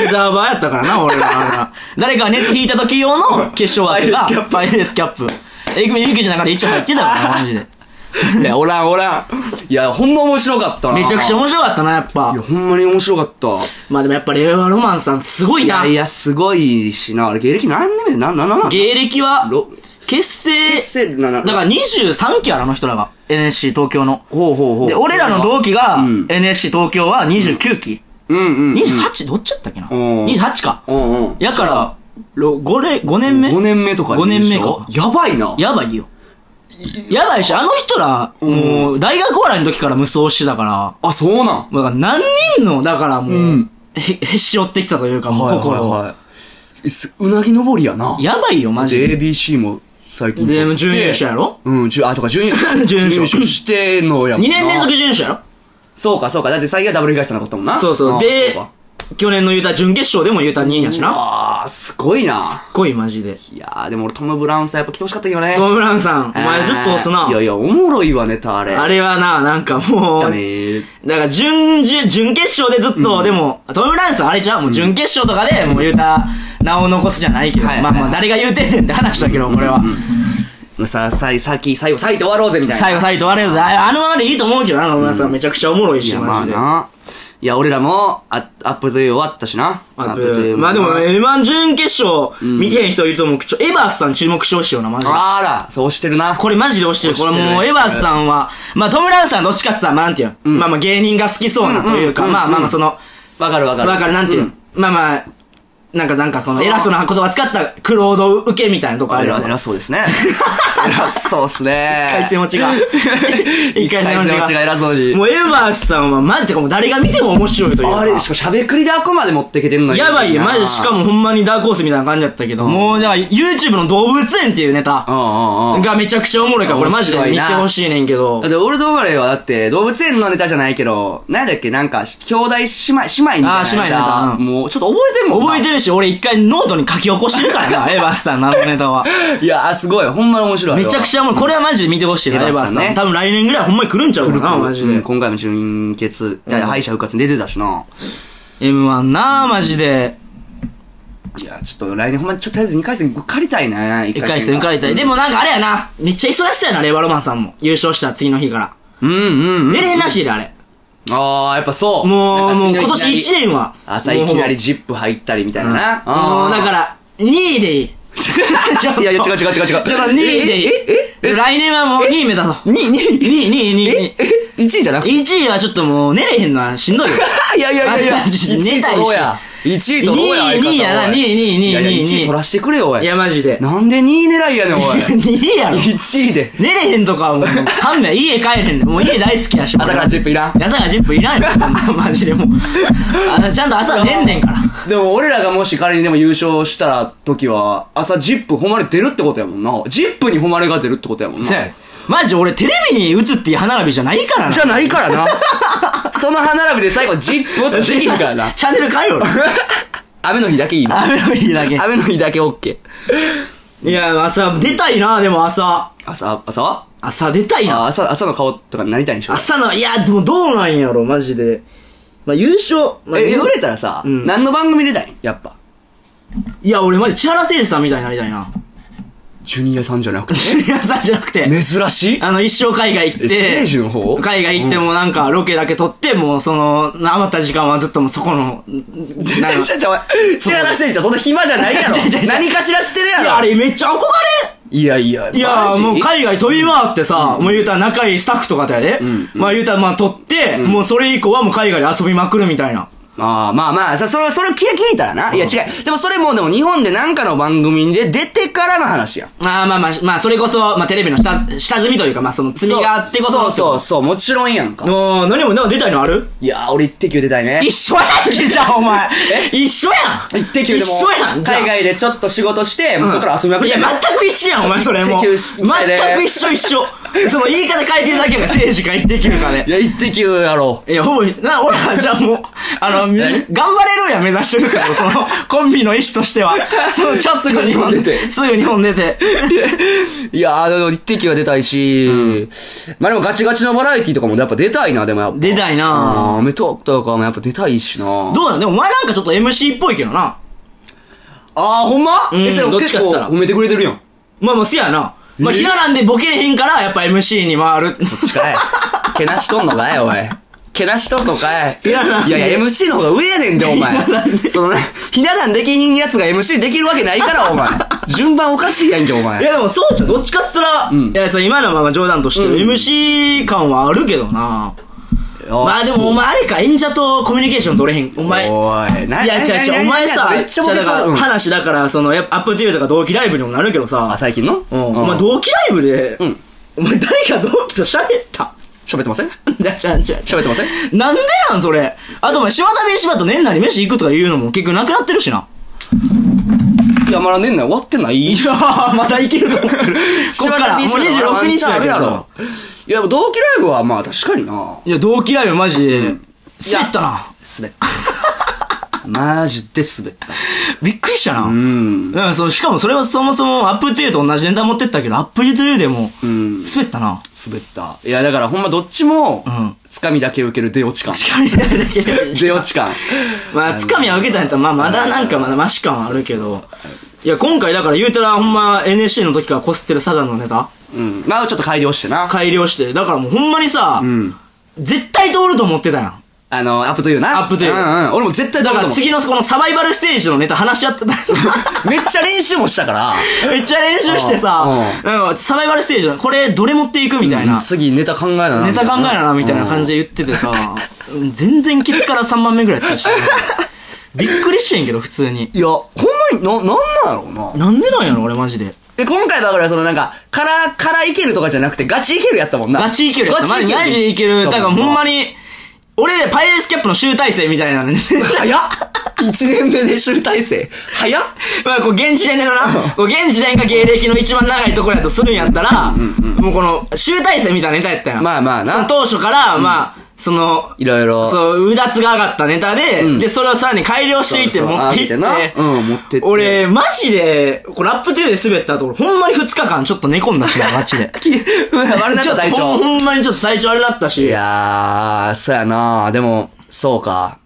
B: リザーバーやったからな、俺らは。誰かが熱引いた時用の決勝だったが、パイレーツキャップ。えぐみゆきじゃなくて一応入ってたからな、マジで。
A: いや、おらんおらん。いや、ほんま面白かったな。
B: めちゃくちゃ面白かったな、やっぱ
A: いや、。ほんまに面白かった。
B: まあでもやっぱ令和ロマンさんすごい
A: い
B: な
A: や、。いや、すごいしな。あれ、芸歴何年目なん、なん、なん、なん
B: 芸歴は
A: ろ、
B: 結成、
A: 結成なな
B: だから23期やろ、あの人らが。NSC 東京の。
A: ほうほうほう。
B: で、俺らの同期が
A: うん
B: NSC 東京は29期。
A: うんうん。
B: 28? どっちやったっけな
A: うん
B: ?28 か。
A: うんうん。
B: やから、5年目
A: 5年目とかで
B: 5年目か
A: でしょやばいな。
B: やばいよ。やばいし、あの人ら、もう、大学おらいの時から無双してたから、
A: あ、そうなん。
B: だから何人の、だからもう、
A: ん
B: へ、へし折ってきたというか、もう心を。
A: い。すうなぎ登りやな。
B: やばいよ、マジ
A: で、
B: で。
A: ABC も最近。
B: で、準優勝やろ
A: うん、じゅあ、とか、準優勝。
B: 準優勝
A: してのや
B: ?2
A: もんな
B: 年連続準優勝やろ
A: そうか、そうか。だって最近はダブル東さんのこともんな。
B: そうそ
A: ん
B: う。で
A: か、
B: 去年の言うた準決勝でも言うた2位やしな。
A: あー、すごいな。
B: すっごいマジで。
A: いやー、でも俺トム・ブラウンさんやっぱ来てほしかったけどね。
B: トム・ブラウンさん、お前ずっと押すな。
A: いやいや、おもろいわ、ネタあれ。
B: あれはな、なんかもう、
A: だねー。
B: だから、準、準、準決勝でずっと、でも、トム・ブラウンさんあれじゃんもう準決勝とかで、もう言うた、名を残すじゃないけど、
A: はい
B: まあまあ、誰が言うてんねんって話だけど、これは。
A: さあ、さい、さき、最後、最後終わろうぜ、みたいな。
B: 最後、最後とわれるぞ。ああのままでいいと思うけどな、トム・ブラウンさんめちゃくちゃおもろい
A: い
B: し、
A: や、ま
B: マ
A: あ
B: ジで。
A: な。いや、俺らも、あアップデート終わったしな。
B: あ
A: トゥー
B: でまあでも、M1 準決勝、見てへん人いると思うけど、ちょエバースさん注目してほしいよな、マジで。
A: あら、そうしてるな。
B: これマジで押してる。これ
A: 押してる
B: もう、
A: ね
B: エバースさんは、まあ、トム・ブラウンさんどっちかってさ、まあなんていうのまあまあ芸人が好きそうなというか、
A: うんうんうん
B: まあまあまあその、
A: わかるわかる。
B: わかる、なんていう
A: う
B: の、まあまあ、なんかなんかその、
A: そう
B: 偉そうな言葉使ったクロード受けみたいなとこあ
A: あ
B: るよ
A: ら、。偉そう ですね。偉そうっすね。。
B: 一回戦落ち が
A: 一回戦落ちが偉そうに
B: もうエヴァースさんはマジでもう誰が見ても面白いというか。
A: あれ、しかもしゃべくりであくまで持ってけてんのに
B: やばいよ、マジで。しか。もほんまにダークホースみたいな感じだったけど、もうじゃあ YouTube の動物園っていうネタ
A: うんうんうん。
B: がめちゃくちゃおもろいから、これマジで見てほしいねんけど
A: だっ。て、俺と我はだって、動物園のネタじゃないけど、なんだっけ、なんか、兄弟姉妹、姉妹みたいな。
B: あー姉妹のネタうん
A: もう、ちょっと覚えてんもんな。
B: 覚えてるし、俺一回ノートに書き起こしてるか らな、エヴァースさんのあのネタは。
A: いやー、すごい。ほんまに面白い。
B: めちゃく
A: ゃ。
B: ちゃおもろい。これはマジで見てほしいな、
A: エ
B: エ
A: ヴ
B: ヴ
A: ァ
B: ァ
A: ー
B: ー
A: ス
B: ス
A: ね
B: さん。多分来年ぐらいほんまに来るんちゃうかな、マジ
A: う
B: で
A: ん。今回も純潔、いや敗者復活に出てたしな。
B: M1 なあマジで。
A: いや、ちょっと来年ほんまに、ちょっととりあえず2回戦受かりたいね。1
B: 1回戦受かりたい。でもなんかあれやな。めっちゃ忙しそうやな、レバロマンさんも。優勝した次の日から。
A: うんうんうん
B: 出。れへんらしいで、あれ。
A: ああ、やっぱそう。な
B: もう、
A: んか
B: もう
A: 次の
B: 今
A: 日いきなり
B: 年1年は。
A: 朝いきなり
B: も
A: ジップ入ったりみたいなな。
B: う、もうだから、2位でいい。ちょっ と
A: いやいや違う違う違う違う
B: ちょっと2位でいい。来年はもう2位目指そう。
A: 2位、2位。
B: 2位、2位、2位。
A: 1位じゃなくて。
B: 1位はちょっともう寝れへんのはしんどいよ。
A: いやいやいやいや、
B: マジで
A: 1位
B: 寝た
A: 取
B: い
A: ろう
B: し。
A: や。1位取ろうや、
B: 2
A: 相
B: 位
A: 方
B: 2位やな
A: おい
B: 2位2位
A: いやいや
B: 2位
A: 1位取らしてくれよ、おい。
B: いや、マジで。
A: なんで2位狙いやねん、おい。
B: 2位やろ。
A: 1位で。
B: 寝れへんとかはもう、勘弁、家帰れへんねん。もう家大好きやし。
A: 朝からジップいらん。
B: 朝からジップい らんよ。そんなマジでもう。あのちゃんと朝寝んねんから。
A: でも俺らがもし仮にでも優勝した時は、朝ジップ誉れ出るってことやもんな。ジップに誉れが出るってことやもんな。
B: マジ俺テレビに映っていい歯並びじゃないから な。
A: じゃないから な。その歯並びで最後ジップってできるから な。
B: チャンネル変 えろ。
A: 雨の日だけいいの。
B: 雨の日だけ。
A: 雨の日だけオッケ
B: いや、朝出たいな、でも朝。
A: ー。朝、朝は
B: 朝出たい
A: あ
B: な。
A: 朝、朝の顔とかになりたいんでしょ
B: 朝の、いや、でもどうなんやろ、マジで。まあ優勝。まあ
A: え、売れたらさ、
B: うん
A: 何の番組出たいやっぱ。
B: いや、俺マジ千原せいじさんみたいになりたいな。
A: ジュニアさんじゃ なくて
B: 皆さんじゃなくて、
A: 珍しい
B: あの、一生海外行っ
A: えステ
B: て、
A: ージの方
B: 海外行ってもなんか、ロケだけ撮って、もうその、余った時間はずっともうそこの、
A: ちょ
B: な
A: ちょちょお前千原選手はそんな暇じゃないやろ
B: ちょちょちょ
A: 何かしらしてるや
B: い
A: ろ
B: や、あれめっちゃ憧れ
A: いやいや
B: いや
A: マ
B: ー
A: ジ
B: もう海外飛び回ってさ、もう言うたら仲いいスタッフとかだよね。まあ言うたらまあ撮って、もうそれ以降はもう海外で遊びまくるみたいな。
A: ああ、まあまあ、さ、それ、それ聞いたらな。いや違う。でもそれもうでも日本でなんかの番組で出てからの話やん。
B: あーまあまあ、まあそれこそ、まあテレビの下、下積みというか、まあその積みがあってこそ。
A: そうそうそう、もちろんやんか。
B: もう何も、何も出たいのある
A: いやー、俺一滴出たいね。
B: 一緒やんけ、じゃあお前
A: え。
B: 一緒やん
A: 一滴でも、
B: 一緒やんじゃあ
A: 海外でちょっと仕事して、もうそこから遊びまく
B: い
A: り
B: や、
A: ん
B: 全く一緒やん、お前、それもう。
A: 一滴し
B: 全く一緒一緒。その言い方変えてるだけやんか、政治か言ってきるかね
A: い。や、一滴や ろ
B: いや、ほぼ、な、俺はじゃあもう、あの、み頑張れるやん目指してるか ら、その、コンビの意思としては。その、ちょっとすぐ日本出て。すぐ日本出て。
A: う。いやー、でも一滴は出たいし、まあでもガチガチのバラエティとかもやっぱ出たいな、でもやっぱ。
B: 出たいな
A: あーアメトークとかもやっぱ出たいしな。
B: どうなんでもお前なんかちょっと MC っぽいけどな。
A: あー、ほんま
B: うん
A: え、それ
B: どっち
A: 結
B: かっつ
A: 構
B: ったら
A: 褒めてくれてるやん。
B: まあまあ、せやな。まあ、
A: え
B: ひななんでボケれへんから、やっぱ MC に回る。
A: そっちかい。けなしとんのかい、おい。けなしとんのかい。い
B: やなんで
A: やいや、MC の方が上やねんで、お前。そのな、ひな壇できひんやつが MC できるわけないから、お前。順番おかしいやんけ、お
B: い
A: 前。
B: やでも、そうちゃん、どっちかっつったら、いや、その今のまま冗談として、MC 感はあるけどな。まあでも、お前あれか、演者とコミュニケーション取れへん。お前。
A: おい、ない
B: や、違う違う、お前さ、
A: めっちゃボ
B: じゃあ
A: ケ
B: だから
A: そう。
B: 話だから、その、やっぱアップデューとか同期ライブにもなるけどさ
A: あ、、最近の
B: うん、お前同期ライブで、
A: ん
B: お前誰か同期と喋った
A: 喋ってません
B: じゃじゃじゃ
A: 喋ってません
B: なんでなんそれ。あとお前、柴田飯柴と年内に飯行くとか言うのも結局なくなってるしな。
A: いや、まだ年内終わってない
B: いやー、まだいけると 思う。こっから、もう26日
A: あ
B: だ
A: る
B: け
A: や
B: ど
A: ろ。。いや、でも同期ライブはまあ確かにない
B: や、同期ライブマジで、滑ったな。
A: 滑 った。マジで滑った。
B: びっくりしたな。
A: うん。
B: だからその、しかもそれはそもそもアップデューと同じネタ持ってったけど、アップデューでも、
A: ん
B: 滑ったな。
A: 滑った。いや、だからほんまどっちも
B: ん、
A: つかみだけ受ける出落ち感。
B: つかみだけで
A: 出落ち感。
B: まあ、つかみは受けたんやったら、まあ、まだなんかまだマシ感はあるけど。いや、今回だから言うたら、ほんま NSC の時からこすってるサザンのネタ、
A: うん。まあちょっと改良してな。
B: 改良して。だからもうほんまにさ、
A: ん
B: 絶対通ると思ってたやん。
A: あの、アップというな。
B: アップという
A: うんうん。俺も絶対
B: だ
A: だ
B: か
A: からら次。
B: 次のこのサバイバルステージのネタ話し合ってた やん。
A: めっちゃ練習もしたから。
B: めっちゃ練習してさ、
A: う
B: なんかサバイバルステージの、これどれ持っていくみたいな。
A: 次ネタ考えなな。
B: ネタ考えなな、みたいな感
A: じ。
B: じで言ってて さ、全然ケツから3番目ぐらいやったし。びっくりしてんけど、普通に。
A: いや、ほんまに、な、なんなんやろうな。
B: なんでなんやろ、俺マジで。
A: で、今回はからそのなんか、から、からいけるとかじゃなくて、ガチいけるやったもんな。
B: ガチいけるやつ。
A: ガチ
B: マ
A: い
B: ジ
A: ける。
B: マジでいける。だからほんまに、俺、パイレースキャップの集大成みたいなね。
A: 早っ !1 年目で集大成。早っ
B: まあ、こう、現時点でのな、こう、現時点が芸歴の一番長いところやとするんやったら、もうこの、集大成みたいなネタやったやん。
A: まあまあな
B: その当初から、まあ、その、
A: いろいろ。
B: そう、うだつが上がったネタで、
A: ん
B: で、それをさらに改良していって
A: そうそう
B: 持っていって。
A: 上げてなうん持ってって
B: 俺、マジで、こうラップトゥーで滑ったところ、ほんまに2日間ちょっと寝込んだしな、マジ で。
A: あれなった
B: ちょっと
A: 大
B: ほ
A: 丈
B: んほんまにちょっと体調あれだったし。
A: いやー、そうやなでも、そうか。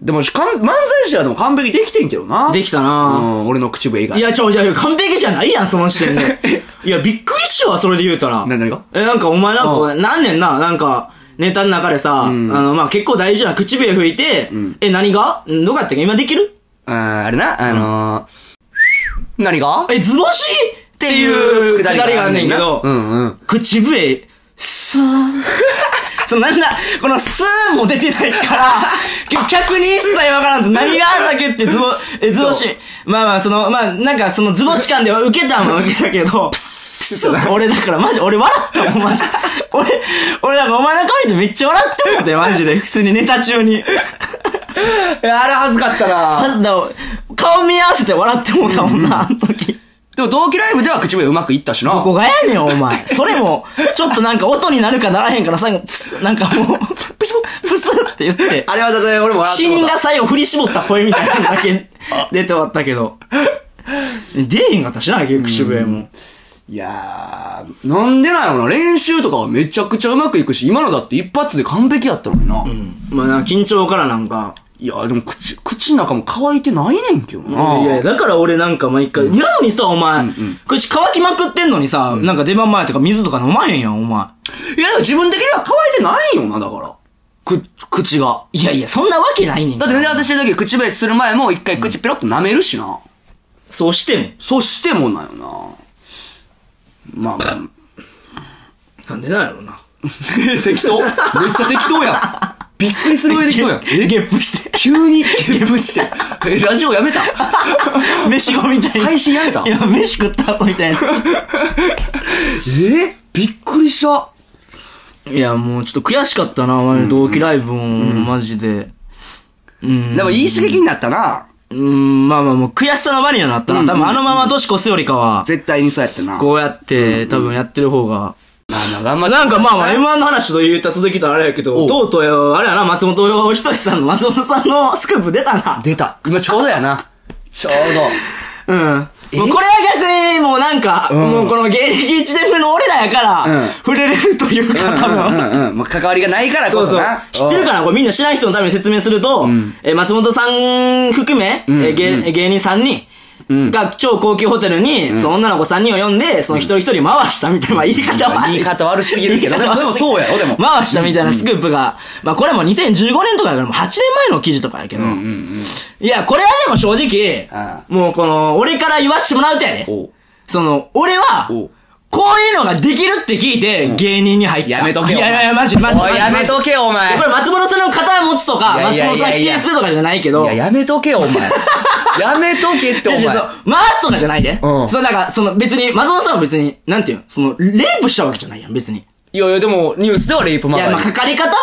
A: でも、かん漫才師はでも完璧できてんけどな。
B: できたな
A: うん、俺の口笛以外。
B: い、や、ちょ、いや、いや完璧じゃないやん、その時 点で。いや、びっくりっしょわ、それで言うたら。
A: な何が
B: え、なんか、お前なんか、なんねんな、なんか、ネタの中でさ、あの、まあ、結構大事な口笛吹いて、え、何がんどうやったっけ今できる
A: うん、あれな、あのー、何がっ
B: え、図星っていうくだりがあんねんけど、
A: うん うん。
B: 口笛、スー。 そのなんだ、このスーも出てないから、結構客に一切わからんと何があんだっけってズボ、え、ズボシ。まあまあ、その、まあ、なんかそのズボシ感では受けたんは受けたけど、プスッ 俺だからマジ、俺笑ったもん、マ ジ。俺、俺なんかお前の顔見てめっちゃ笑ってもって、マジで。普通にネタ中に。
A: いや、あれ恥ずかった
B: ま
A: な
B: ずだ、顔見合わせて笑ってもうたもんな、あの時。
A: でも、同期ライブでは口笛うまくいったしな。
B: どこがやねん、お前。それも、ちょっとなんか音になるかならへんから最後、プス、なんかもう、プス、プスって言って、
A: あれはだって俺も笑って
B: 死
A: もう
B: 人
A: た
B: が最後振り絞った声みたいなのだけ出て終わったけど。出えへんかったしな、結局渋谷も。
A: いやー、なんでなんやろな。練習とかはめちゃくちゃうまくいくし、今のだって一発で完璧やったのにな。
B: まあなんか緊張からなんか、
A: いや、でも口、口の中も乾いてないねんけどな。
B: いやいや、だから俺なんか毎回、なのにさ、お前、口乾きまくってんのにさ、なんか出番前とか水とか飲まへんやん、お前。
A: いや、自分的には乾いてないよな、だから。く、口が。
B: いやいや、そんなわけないねん。
A: だって寝合わせしてる時口笛する前も一回口ペロッと舐めるしな。
B: そうしてん。
A: そしてもなんよな。まあ まあ、
B: なんでなんやろな。
A: 適当めっちゃ適当やん。びっくりするぐらい適当やん。
B: えゲップ して。
A: 急に、ゲップして。え、ラジオやめた
B: 飯後みたいに。
A: 配信やめた
B: いや、飯食った後みたいな。
A: えびっくりした。
B: いや、もうちょっと悔しかったな、お前の同期ライブも、マジで。うん。
A: でもいい刺激になったな。
B: うん、まあまあもう悔しさのバリにはなったな。多分あのまま年越すよりかは、
A: 絶対にそうやってな。
B: こうやって、多分やってる方が。
A: まあまあ、頑張って。
B: なんかまあまあ、M1 の話と言うた続きとあれやけ
A: お
B: ど、
A: う
B: とうとう、あれやな、松本人志さんの、松本さんのスクープ出たな。
A: 出た。今ちょうどやな。ちょう
B: うん。もうこれは逆に、もうなんか、
A: ん
B: もうこの芸歴1年目の俺らやから、
A: うん
B: 触れれるという
A: ど。
B: か、多分。
A: うんうんうん。もう関わりがないから
B: そ
A: こ
B: う
A: そ
B: そう
A: な。。
B: 知ってるかなこれみんな知らない人のために説明すると、えー松本さん含め、えー芸芸人3人。が超高級ホテルに、その女の子3人を呼んで、その一人一人回したみたいな、言い方は
A: 言い方悪すぎるけど
B: 言い方悪すぎる
A: でもそうやろでも
B: 回したみたいなスクープが、まあこれも2015年とかやから、もう8年前の記事とかやけど、
A: うんうんうん。
B: いや、これはでも正直
A: あ、
B: もうこの、俺から言わしてもらうとやで、
A: おう
B: その、俺は
A: おう、
B: こういうのができるって聞いて、芸人に入った。
A: やめとけよ
B: いやいやいや、マジマジ
A: お
B: マ
A: い
B: ジ。
A: やめとけよお前
B: これ松本さんの肩持つとか、
A: い
B: 松
A: やいや
B: 本
A: い
B: さん
A: や
B: 否
A: いや
B: 定するとかじゃないけど、
A: いや、やめとけよ、お 前。やめとけって、お
B: 違う違う
A: 前。
B: そう回すとかじゃないで。
A: うん
B: そう、なんか、その別に、松本さんは別に、なんていうの、その、レイプしたわけじゃないやん、別に。
A: いやいや、でも、ニュースではレイプ
B: い
A: ま
B: や、まあ、かかり方はそれは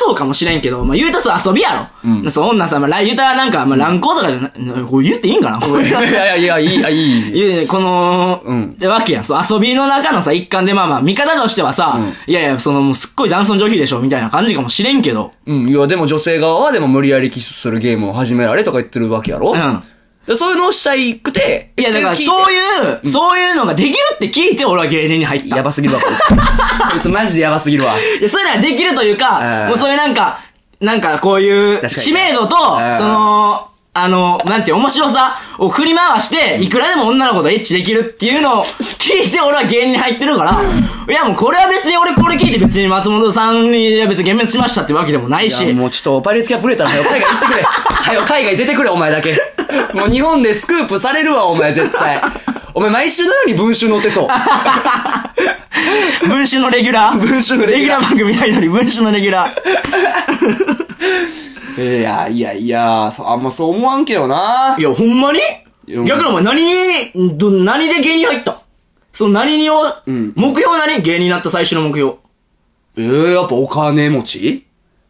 B: そうかもしれんけど、まあ、言うたらそう遊びやろ。うん。そう、女さん、まあ来、言うたらなんか、まあ、乱行とかじゃな、これ言っていいんかな
A: いやいやいや、いい、あいい。
B: いやいや、この、
A: うん
B: わけやん。そう、遊びの中のさ、一環で、まあまあ、見方としてはさ、いやいや、その、もうすっごい男尊女卑でしょ、みたいな感じかもしれんけど。
A: うん、いや、でも女性側はでも無理やりキスするゲームを始められとか言ってるわけやろ
B: うん
A: でそういうのをしたいくて、
B: いや、だから、
A: 聞
B: そう
A: い
B: いう、そういうのができるって聞いて、俺は芸人に入ってた。
A: やばすぎるわ、こ いつ。こいつマジでやばすぎるわ。
B: いや、そういうのはできるという
A: う
B: か、
A: ん
B: もうそれなんか、なんかこういう、
A: 確かに
B: 知名度と
A: うん、
B: その、あの、なんていう、面白さを振り回して、いくらでも女の子とエッチできるっていうのを 聞いて、俺は芸人に入ってるから、いやもうこれは別に俺これ聞いて別に松本さんに、いや別に幻滅しましたってわけでもない
A: い
B: し、
A: や、もうちょっと、パイレーツキャップ売れたら、早く海外行って くれ。早く海外出てくれ、お前だけ。もう日本でスクープされるわ、お前絶 対。お前毎週のように文集載ってそう。
B: 文春のレギュラー
A: 文春のレギュラー
B: レギュラー番組ないのに文春のレギュラー。。
A: いや、いや、いや、そあんまそう思わんけどない
B: や、ほんまに
A: や
B: 逆にお前何に、ど、何で芸人入ったその何にを、
A: ん
B: 目標何芸人になった最初の目標。
A: えー、やっぱお金持ち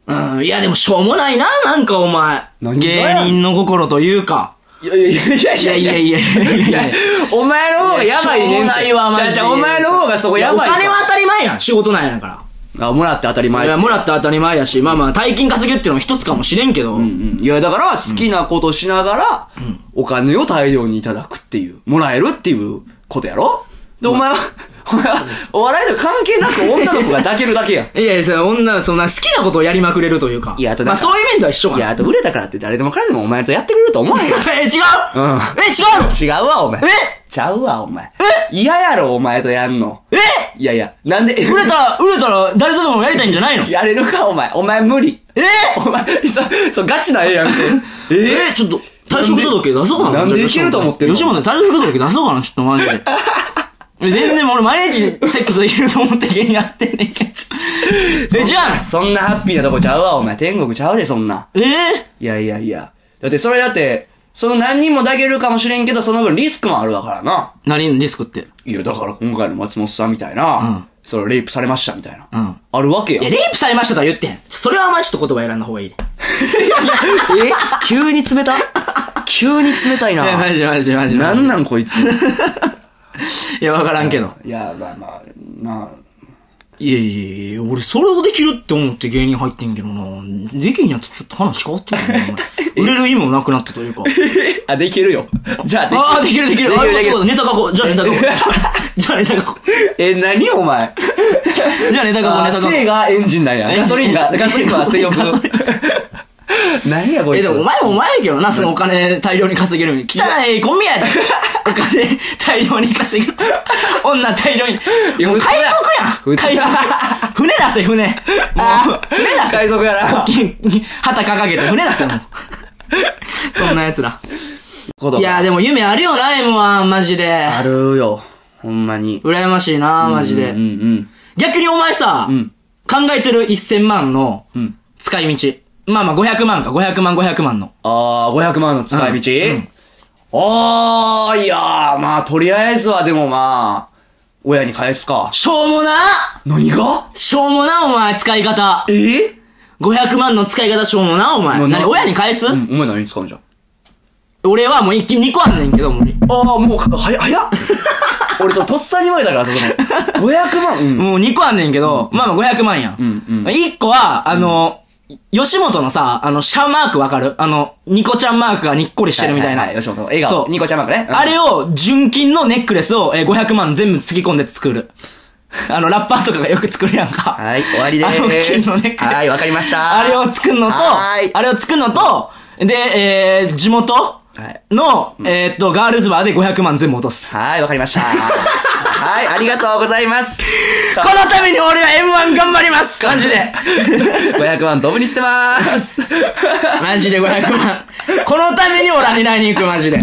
B: うん、いやでもしょうもないな、なんかお前。
A: 何がや
B: 芸人の心というか。
A: いやいやいやい
B: いや
A: や
B: いやいやいやいやいや。
A: お前の方がやばいねん
B: しょうもないわ、マジで。
A: じゃあじゃあお前の方がそこやばい
B: やお金は
A: わ
B: 当たり前やん、仕事なんやか
A: あ、もらって当たり
B: ら。
A: 前
B: いや、もらった当たり前やし、まあまあ、大金稼ぐっていうのも一つかもしれんけど。
A: うんいや、だから好きなことしながら、お金を大量にいただくっていう、もらえるっていうことやろで、お前は、 お前は、お笑いと関係なく女の子が抱けるだけやん。
B: いやいや、その女、そんな好きなことをやりまくれるというか。
A: いやあと
B: ま
A: なん
B: あ
A: か
B: そういう面では一緒か
A: い
B: な。
A: や、あと売れたからって誰でも彼でもお前とやってくれると思わへんよ。
B: え、違う
A: うん
B: え、違う の
A: 違うわ、お前。
B: え
A: ちゃうわ、お前。嫌やろ、お前とやんの。
B: え
A: いやいや、なんで、
B: 売れたら、売れたら誰とでもやりたいんじゃないのえ
A: やれるか、お前。お前無理。お前、そ、そ、ガチな絵やんけ。
B: えちょっと、退職届出そうかな。
A: なんでいけると思ってんの
B: 吉本で退職届出そうかな、ちょっとマジで。全然俺毎日セックスできると思って芸人やってんねん。ちょちょちょえ、じゃあ、
A: そんなハッピーなとこちゃうわ、お前。天国ちゃうで、そんな。
B: え
A: いやいやいや。だって、それだって、その何人も抱けるかもしれんけど、その分リスクもあるわからな。
B: 何のリスクって。
A: いや、だから今回の松本さんみたいな、
B: うん
A: そのレイプされましたみたいな。
B: うん
A: あるわけや。
B: いや、レイプされましたとは言ってん。ちょそれはお前ちょっと言葉選んだ方がいいで。
A: え急に冷た急に冷たい
B: いや、マ
A: な。
B: ジマジマ ジ。
A: なんなんこいつ。
B: いや、わからんけど。
A: いや、まあまあ、な、
B: いやいやいや、俺それをできるって思って芸人入ってんけどな。できんやつちょっと話変わってんねんな売れる意味もなくなったというか。
A: あ、できるよ。じゃあできる。
B: ああ、できるできる。
A: できるできる
B: あそうだネタ書こう。じゃあネタ書こう。じゃあネタ書こ
A: え、何お前。
B: う。じゃあネタ書こう、ネ
A: あ
B: タ書こう。
A: 生がエンジンなんや。ガソリンが、ガソリンは水温分。 何やこい
B: え、
A: つ。
B: で もお前もお前やけどな、そのお金大量に稼げるのに。汚いゴミやで。お金大量に稼げる。女大量に。
A: や
B: もう海賊や
A: 普
B: ん。
A: 通だ
B: 海賊。船出せ、船。もう
A: あ、
B: 船出せ。
A: 海賊やな。
B: 金に旗掲げて船出せ、もう。そんな奴ら。いや、でも夢あるよな、M1、マジで。
A: あるよ。ほんまに。
B: 羨ましいな、マジ
A: う
B: で
A: んう。ん。
B: 逆にお前さ、
A: ん
B: 考えてる1000万の
A: うん
B: 使い道。まあまあ500万か、500万、500万の。
A: あー、500万の使い道、あー、いやー、まあ、とりあえずはでもまあ、親に返すか。
B: しょうもな
A: 何が
B: しょうもな、お前、使い方
A: え。ー、
B: 500万の使い方しょうもな、お前。
A: なな
B: 何、親に返す、
A: うん、お前何に使うんじゃん。
B: 俺はもう一気に2個あんねんけど、もう。
A: あー、もう、かはや、早っ 俺、そう、とっさに言われたから、そこの。500万、うん。
B: もう2個あんねんけど、まあまあ500万やん。
A: うんうん
B: 1個は、あの、吉本のさ、あの、シャマークわかるあの、ニコちゃんマークがにっこりしてるみたいな。
A: ははは吉本、笑顔。
B: そう
A: ニコちゃんマークね。うん
B: あれを、純金のネックレスを、えー500万全部つぎ込んで作る。 あの、ラッパーとかがよく作るやんか。
A: はい、終わりで
B: あの、
A: ー
B: 金
A: す。
B: のネックレス。
A: はい、わかりました。
B: あれを作るのと、
A: は
B: あ
A: ーい
B: れを作るのと、で、えー、地元
A: い
B: の、えーっと、ガールズバーで500万全部落とす。
A: はい、わかり ました。はい、ありがとうございます。
B: このために俺は M1 頑張りますマジで
A: 500万ドブに捨てまーす。
B: マジで500万。 このために俺は狙いに行く、マジで。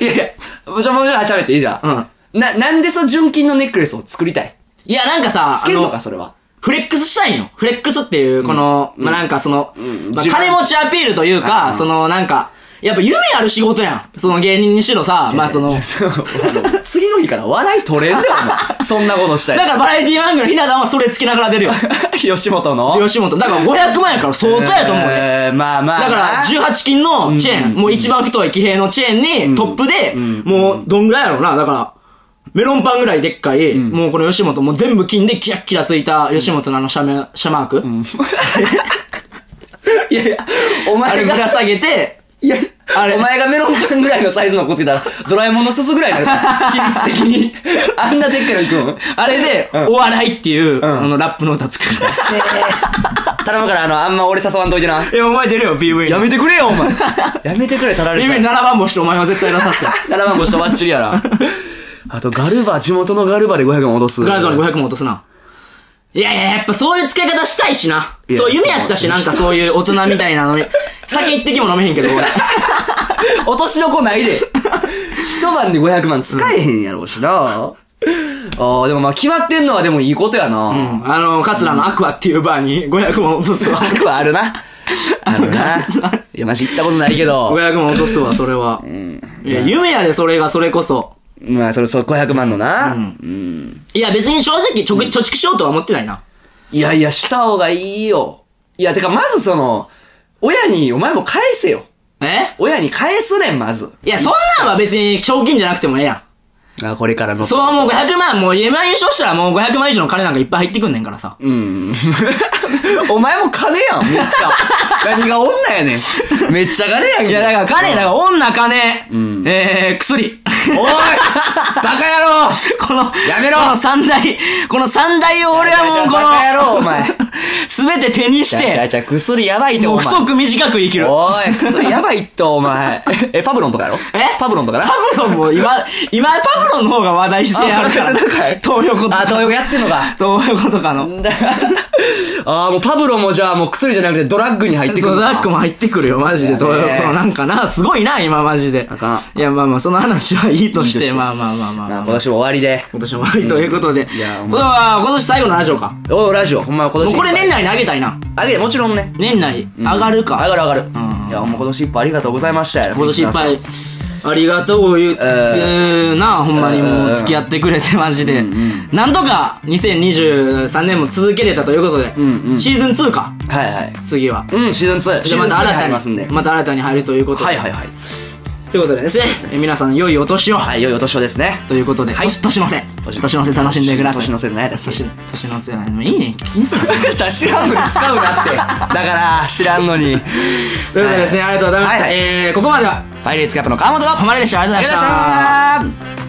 A: いやいや、もちろんもちろん喋っていいじゃん。うん。な、なんでその純金のネックレスを作りたい
B: いや、なんかさ、
A: つけるの
B: あ
A: か、それは。
B: フレックスしたいんよ。フレックスっていう、この、まあ、なんかその、
A: ん
B: まあ、
A: 自分
B: 金持ちアピールという
A: う
B: か、
A: ん
B: その、なんか、やっぱ夢ある仕事やん。その芸人にしろさ、ま あその、だ
A: 次の日から笑い取れんぜ、お前。 そんなことした
B: から
A: ら、
B: バラエティ番組のひな壇はそれつけながら出るよ。
A: 吉本の
B: 吉本。だから500万やから相当やと思うね。
A: えーまあまあ。
B: だから、18金のチェーン、もう一番太い騎兵のチェーンに、トップで、もう、どんぐらいやろうな。だから、メロンパンぐらいでっかい、もうこの吉本、もう全部金でキラッキラついた吉本のあのシャメ、シャマーク。
A: いやいや、お
B: あ
A: 前
B: れぶ
A: が、
B: ら下げて、
A: いや、
B: あれ
A: お前がメロンパンぐらいのサイズの子つけたら、ドラえもんのすすぐらいに なるから。秘密的に。あんなでっかいのいくん
B: あれで、お笑いっていう、あの、ラップの歌作るん です。
A: 頼むから、あの、あんま俺誘わんといてな。
B: え、お前出るよ、PV に。
A: やめてくれよ、お前。 やめてくれ、たられ
B: PV に7番もしてお前は絶対出さ せて。
A: 7万5とばっちりや ら。あと、ガルバ、地元のガルバで500万落とす。
B: ガラゾーに500も落とすな。いやいや、やっぱそういう使い方したいしな。
A: いや
B: そう、夢やったし、
A: そう
B: なんかそういう大人みたい なのに。酒一滴も飲めへんけど、俺。
A: 落としどこない で。一晩で500万使えへんやろうしな。ああ、でもまあ、決まってんのはでもいいことやな。うん。
B: あの、カツラのアクアっていうバーに500も落とすわ。
A: 悪はあるな。あるな。いや、マジ行ったことないけど。
B: 500も落とすわ、それは。いや、夢やで、それが、それこそ。
A: まあ、それ、そう、500万のな。
B: いや、別に正直、貯貯蓄しようとは思ってないな。
A: いやいや、した方がいいよ。いや、てか、まずその、親に、お前も返せよ。
B: え
A: 親に返すねん、まず。
B: いや、そんなんは別に、賞金じゃなくてもええやん。
A: あ、これからの。
B: そう、もう500万、もう M1 優勝したらもう500万以上の金なんかいっぱい入ってくんねんからさ。
A: うん。お前も金やん、めっちゃ。何が女やねん。めっちゃ金やんけ。
B: いや、だから金、だから女金、
A: ん
B: え ー、薬。
A: おいバカ野郎
B: この、
A: やめろ
B: この三大、この三大を俺はもうこの、
A: バカ野郎お 前。
B: すべて手にし
A: ちゃちゃ
B: て、
A: ちゃ、薬やばいって、
B: も
A: お
B: う
A: 前。
B: 太く短く生きる。
A: おい、薬やばいって、お前。 え、パブロンとかやろ
B: え
A: パブロンとかな
B: パブロンも今、今パブロンの方が話題性あるから。
A: あパブロンかい
B: 東横とか。
A: あ、東横やってんのか。
B: 東横とかの。
A: あー、もうパブロンもじゃあもう薬じゃなくてドラッグに入ってく
B: そ
A: る
B: う、
A: の
B: ダ
A: か。
B: ックも入ってくるよ、マジで。東
A: ね
B: 横のなんかな、すごいな、今マジで。
A: あか
B: いや、まあまあ、その話はいいとし
A: いいと
B: て、
A: して
B: まあまあまあまあ
A: まあ
B: まあ
A: 今。年も終わりで。
B: 今年も終わりということで。
A: いやお前
B: これは今年最後のラジオか。
A: おい、ラジオ、ほんま今
B: も
A: 年。
B: うこれ年。内に上げたいな。
A: あげて、もちろんね。
B: 年内上がるか。
A: 上がる上がる。
B: ん
A: いや、ほんま今年いっぱいありがとうございましたよ。
B: 今年いっぱい、ありがとう言う、
A: え
B: な、ほんまにも
A: えー
B: う付き合ってくれて、マジで。なんとか、2023年も続けれたということで、
A: んうん
B: シーズン2か、
A: はいはい。
B: 次は。
A: うん、シーズン2。
B: じ
A: シ
B: ゃ
A: ー
B: あ
A: ズ
B: ま
A: ン2
B: た
A: 入
B: 新た
A: り
B: に、
A: ますんで。
B: また新たに入るということで。
A: はいはいはい。
B: ということでですね、え皆さん、良いお年を、
A: はい、良いお年をですね。
B: ということで、年、年の瀬。
A: 年
B: 年
A: の瀬
B: の瀬楽しんでください。
A: 年の瀬ないだっけ
B: 年年の瀬は、いいね、気にす るな。
A: さ、知らんのに使うな って。だから、知らんのに。
B: ということでですね、ありがとうございました。
A: はいはい
B: えー、ここまでは、
A: パイレーツキャップの川本と、
B: 浜田でした。ありがとうございました。
A: ありがとうございました。